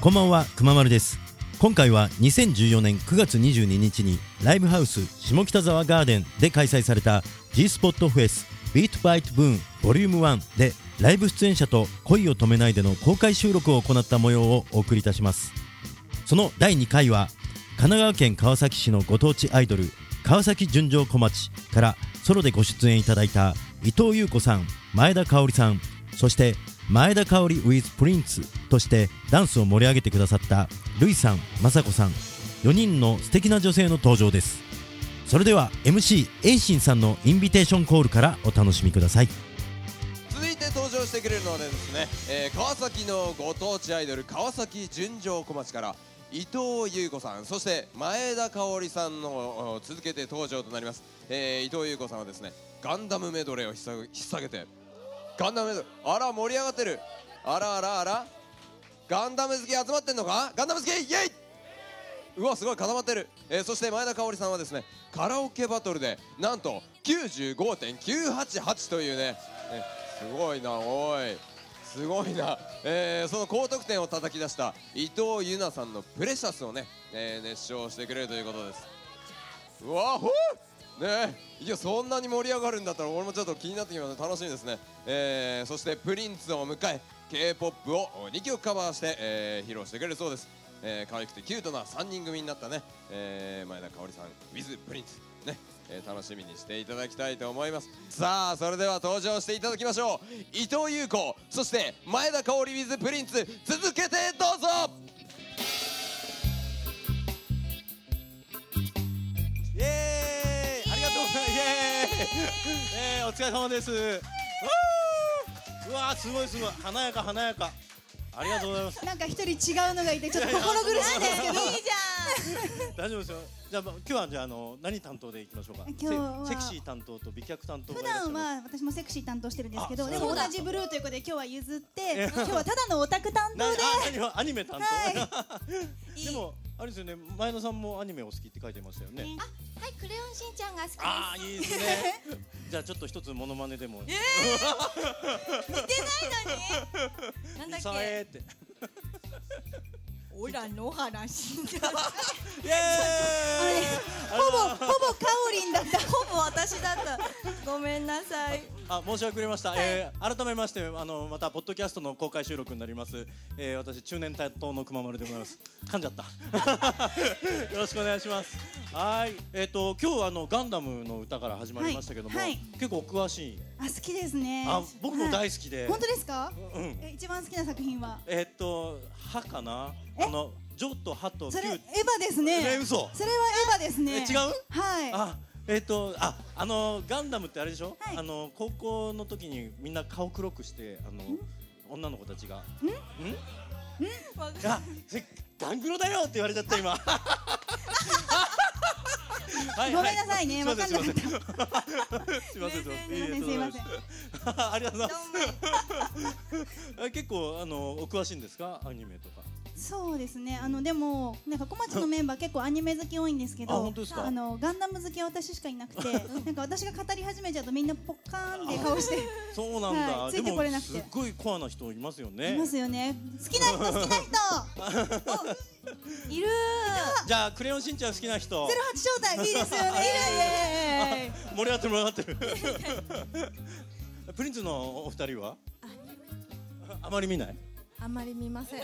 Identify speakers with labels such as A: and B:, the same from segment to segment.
A: こんばんは、くままるです。今回は2014年9月22日にライブハウス下北沢ガーデンで開催された G スポットフェス Beat Byte Boom Vol.1 でライブ出演者と恋を止めないでの公開収録を行った模様をお送りいたします。その第2回は神奈川県川崎市のご当地アイドル川崎純情小町からソロでご出演いただいた伊藤優子さん前田香織さんそして前田香織 WithPrince としてダンスを盛り上げてくださったルイさん雅子さん4人の素敵な女性の登場ですそれでは MC エイシンさんのインビテーションコールからお楽しみください
B: 続いて登場してくれるのはですね、えー川崎のご当地アイドル川崎純情小町から伊藤優子さんそして前田香織さんのお続けて登場となります、えー伊藤優子さんはですねガンダムメドレーをひっさぐ引っさげてガンダムメドレーあら盛り上がってるあらあらあらガンダム好き集まってんのかガンダム好きイエイうわすごい固まってる、えーそして前田香織さんはですねカラオケバトルでなんと95.988というねねすごいなおいすごいな、えーその高得点を叩き出した伊藤優奈さんの「プレシャス」をね、えー熱唱してくれるということですうわほうねえいやそんなに盛り上がるんだったら俺もちょっと気になってきます楽しみですね、えーそしてプリンツを迎え k p o p を2曲カバーして、えー披露してくれるそうです、えー、可愛くてキュートな3人組になったね、えー前田香織さん with プリンツね、えー楽しみにしていただきたいと思いますさあそれでは登場していただきましょう伊藤優子そして前田香織 with プリンツ続けてどうぞ
C: イエーイありがとうございますイエーイ、えー、お疲れ様ですうわーすごいすごい華やか華やかありがとうございます
D: なんか一人違うのがいてちょっと心苦しいんですけどいい
C: 大丈夫ですよじゃあまあ今日はじゃああの何担当でいきましょうか
D: 今日は
C: セセクシー担当と美脚担当が
D: 普
C: いらっしゃ
D: 段
C: る
D: は私もセクシー担当してるんですけど
C: あ
D: で
C: そ
D: も
C: う
D: 同
C: だ
D: じブルーということで今日は譲って
C: え
D: 今日はただのオタク担当
C: な
D: で
C: あ何はアニメ担当、
E: いい
C: でもあれですよね前田さんもアニメお好きって書いてましたよね
E: はい、クレヨンしんちゃんが好きです。
C: ああいいですねじゃあちょっと一つモノマネでも「
E: なんだ
C: い
E: っ
C: さ
E: け。
C: え」って
E: おらの話。
C: イエーイ
D: ほぼほぼカオリンだった
E: ほぼ私だった。ごめんなさい。
C: あ申し遅れました、えー改めましてあのまたポッドキャストの公開収録になります、えー私中年担当の熊丸でございます噛んじゃった よろしくお願いしますはいえっ、と今日あのガンダムの歌から始まりましたけども、
D: はいはい
C: 結構お詳しい
D: あ好きですね
C: あ僕も
D: はい
C: 大好きで、
D: 本当ですか
C: うん
D: え一番好きな作品は
C: えっ、と歯かな
D: え
C: あのジョと歯と
D: それエヴ
C: キュー
D: ァですね
C: え嘘
D: それはエヴァですね
C: え違う
D: はい
C: あえっ、とああのガンダムってあれでしょ、
D: はい
C: あの高校の時にみんな顔黒くしてあの女の子たちがんん
E: わか
C: あ、せガングロだよって言われちゃった 今。はい
D: ごめんなさいね
C: は
D: わかんなかった
C: すいませんすいま
D: 全
C: せん。
D: 然
C: いえいえ
D: すいません。
C: とんでもないですありがとうござ
E: ど
C: いま
E: うも。
C: す。え結構あのお詳しいんですかアニメとか。
D: そうですね。あのでもなんか小町のメンバー結構アニメ好き多いんですけど、
C: あ本当ですか
D: のガンダム好きは私しかいなくて、なんか私が語り始めちゃうとみんなポカーンって顔して
C: そうなんだ。
D: はいつ
C: で
D: いてこれ
C: も
D: なくて
C: すっごいコアな人いますよね。
D: いますよね。好きな人好 きな人。
E: いる。
C: じゃあクレヨンしんちゃん好きな人
D: ゼ。ロ八招待いいですよね。
C: 盛り上がってる盛り上がっ てる。プリンツのお二人は？あまり見ない。
E: あんまり見ま せん。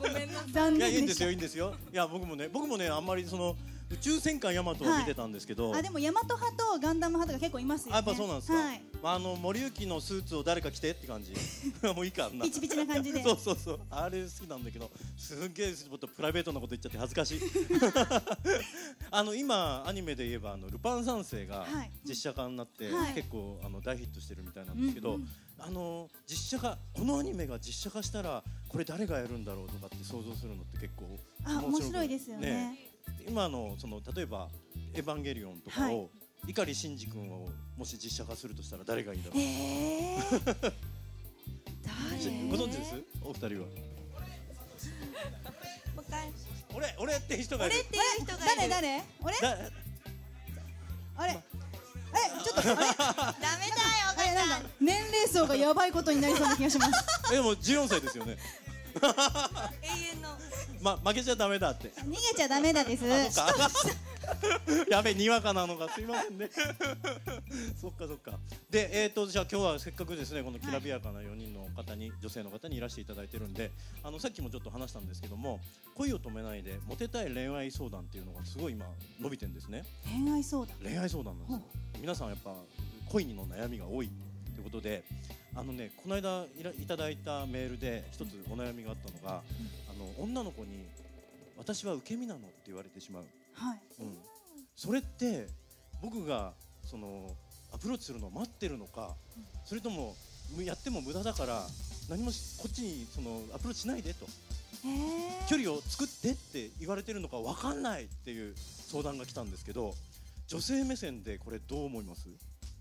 E: ごめんなさい。
D: 残
C: いやいい
D: 念で
C: んです
D: した
C: よいいんですよ。いや僕もね僕もねあんまりその宇宙戦艦ヤマトを見てたんですけど。
D: あでもヤマト派とガンダム派とか結構いますよね。
C: あやっぱそうなんですか。
D: はい。
C: まああの森行のスーツを誰か着てって 感じ。もういいかな
D: ピ。チピチな感じで。
C: そうそうそうあれ好きなんだけどすんげえちょっとプライベートなこと言っちゃって恥ずか しいあの今アニメで言えばあの「ルパン三世」が
D: はい
C: 実写化になって、
D: はい
C: 結構あの大ヒットしてるみたいなんですけど、
D: うんうん
C: あの実写化このアニメが実写化したらこれ誰がやるんだろうとかって想像するのって結構
D: あ面白いですよね。
C: 今のその例えば「エヴァンゲリオン」とかを、
D: は
C: 碇シンジ君をもし実写化するとしたら誰がいいんだろう、
D: えー
C: ご
D: 誰
C: 存知ですお二人は
E: わかん
C: 俺俺って人がい
E: 俺
C: る
E: っていう人がい
D: 誰
E: る。
D: 誰？俺？
C: だ
D: あれ？えちょっとあれ？
E: ダメだよ、
D: あれ
E: お
D: なん か年齢層がやばいことになりそうな気がします。
C: えでも14歳ですよね
E: え
C: ま、負けちゃダメだって
D: 逃げちゃダメだです。
C: か やべえにわかなのがすいませんね そっかそっかでえー、とじゃあ今日はせっかくですねこのきらびやかな4人の方に、女性の方にいらしていただいてるんであのさっきもちょっと話したんですけども恋を止めないでモテたい恋愛相談っていうのがすごい今伸びてんですね
D: 恋愛相談。
C: 恋愛相談なんですよ皆さんやっぱ恋の悩みが多いということであのねこの間いらいただいたメールで一つお悩みがあったのが、あの女の子に「私は受け身なの?」って言われてしまう、
D: はい。
C: うん、それって僕がそのアプローチするのを待ってるのかそれともむやっても無駄だから何もしこっちにそのアプローチしないでと
D: ええ
C: 距離を作ってって言われてるのか分かんないっていう相談が来たんですけど女性目線でこれどう思います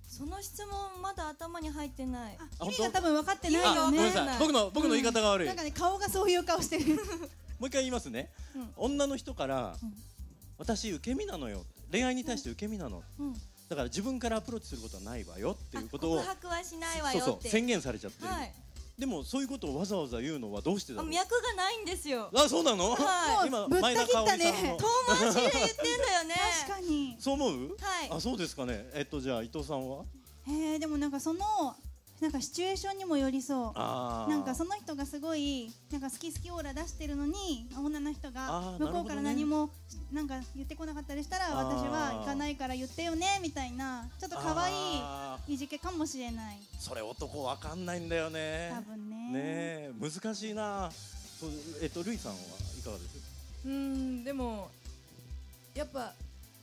E: その質問まだ頭に入ってない
D: あ
C: あ
D: 意
C: 本
D: 味
C: 当
D: が多分分かってない
E: あ
D: よ
E: ごめんな
D: ね。
E: さい
C: 僕の僕の言い方が悪い、
D: なんか
C: も
D: ね顔がそういう顔してる。
C: う一回言いますね、
D: うん
C: 女の人から、
D: うん
C: 私受け身なのよ恋愛に対して受け身なの、
D: うん
C: だから自分からアプローチすることはないわよっていうことを
E: 告白はしないわ
C: そう
E: よ
C: そ
E: っ
C: う
E: て
C: 宣言されちゃってる、
E: はい
C: でもそういうことをわざわざ言うのはどうしてだ
E: あ
C: ろう
E: 脈がないんですよ
C: あそうなの、
E: はい
C: 今
D: ぶった
C: 前田
D: 切
C: 香
D: っ
C: 織
D: た
C: さん
D: ね
C: の
E: 遠回しで言ってんだよね
D: 確かに。
C: そう思う、
E: はい
C: あそうですかねえっとじゃあ伊藤さんは
D: ええでもなんかそのなんかシチュエーションにもよりそう。
C: あー
D: なんかその人がすごいなんか好き好きオーラ出してるのに女の人が
C: あー
D: 向こうから
C: なる
D: 何
C: ほ
D: もなんか言ってこなかったりしたら
C: あー
D: 私は行かないから言ってよねみたいなちょっと可愛
C: あ
D: いいじけかもしれない
C: ーそれ男わかんないんだよね
D: 多分ね
C: ねえ難しいなそうえっとルイさんはいかがです
F: うーんでもやっぱ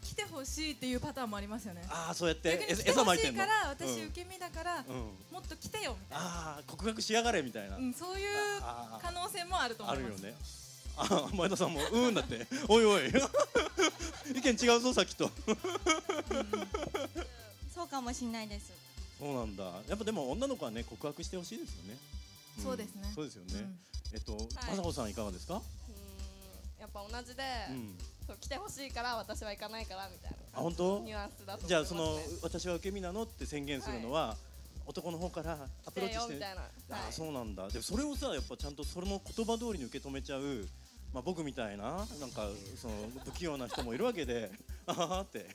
F: 来てほしいっていうパターンもありますよね
C: ああそうやって
F: 逆に来
C: え
F: て
C: 餌
F: ほ
C: まい
F: してい
C: ん
F: か
C: の
F: ら私
C: うん
F: 受け身だから
C: うん
F: もっと来てよみたいな
C: ああ告白しやがれみたいな、
F: うんそういう
C: あー
F: 可能性もあると思
C: あ
F: い
C: る
F: ま
C: よ
F: す
C: ねあー前田さんもうーんだって おいおい意見違うぞさっきと
E: そうかもしれないです
C: そうなんだやっぱでも女の子はね告白してほしいですよね、ん
F: そうですね
C: そうですよね、
F: うん
C: えっと雅子、さんいかがですか、
G: うんやっぱ同じで、
C: うん
G: そう来てほしいから私は行かないからみたいな
C: あ本当
G: ニュアンスだと思います、ね、
C: じゃあその私は受け身なのって宣言するのは、男の方からアプローチ
G: よ
C: して
G: みたいな、
C: あ
G: は
C: あ
G: い、
C: そうなんだでもそれをさやっぱちゃんとその言葉通りに受け止めちゃう、まあ、僕みたいななんかその不器用な人もいるわけで あははって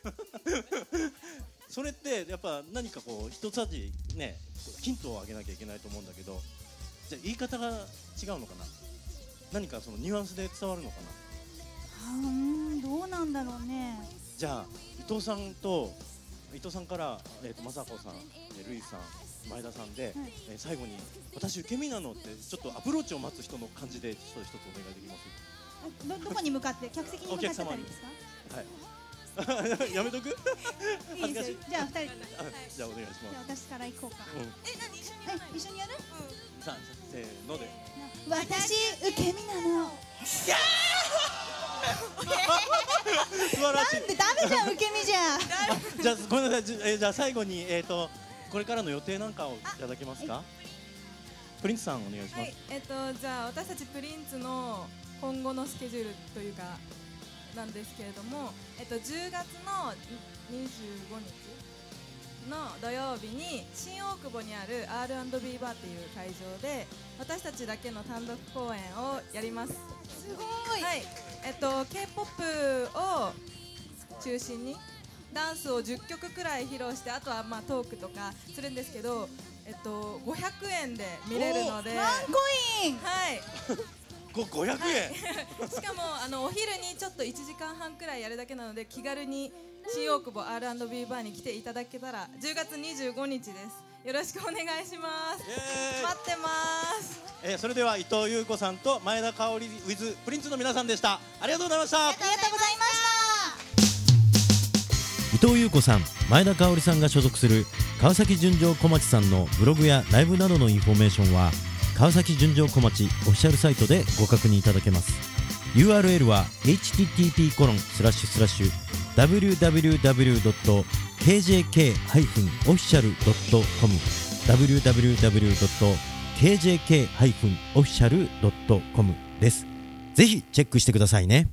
C: それってやっぱ何かこう一さじねヒントをあげなきゃいけないと思うんだけどじゃあ言い方が違うのかな何かそのニュアンスで伝わるのかな
D: あーうーんどうなんだろうね
C: じゃあ伊藤さんと伊藤さんから、えー、と雅子さん、えー、ルイさん前田さんで、
D: はい
C: えー最後に「私受け身なの」ってちょっとアプローチを待つ人の感じで一つ一つお願いできます
D: あどどこに向かって客席に向かってたりですか
C: はい やめとく
D: いいですよじゃあ二人で
C: あじゃあお願いし
D: じゃあ
C: ま
D: 私から行こうか
C: す、うん、
E: え何一緒に
D: え一緒にやる
C: さあせーので
D: 私受け身なの
C: 素晴らしい
D: でダメじゃん受け身じ ゃ
C: あ じゃあごめんなさいじ,、えーじゃあ最後に、えー、とこれからの予定なんかをいただけますかプリンスさんお願いします、
F: はいえっとじゃあ私たちプリンツの今後のスケジュールというかなんですけれどもえっと10月の25日の土曜日に新大久保にある R&B バーっていう会場で私たちだけの単独公演をやります
D: すごい
F: はい、えっと K-POP を中心にダンスを10曲くらい披露してあとはまあトークとかするんですけど、えっと500円で見れるので、
D: ワ
F: は
D: ンコイン
F: い。
C: ご500円、
F: しかもあのお昼にちょっと1時間半くらいやるだけなので気軽に新大久保 R&B バーに来ていただけたら10月25日です。よろしくお願いします。
C: え
F: 待ってます。
C: えーそれでは伊藤優子さんと前田香織 with プリンツの皆さんでしたありがとうございました
D: ありがとうございました
A: 伊藤優子さん前田香織さんが所属する川崎純情小町さんのブログやライブなどのインフォメーションは川崎純情小町オフィシャルサイトでご確認いただけます URL は http コロンスラッシュスラッシュ www.kjk-official.com www.kjk-official.com ですぜひチェックしてくださいね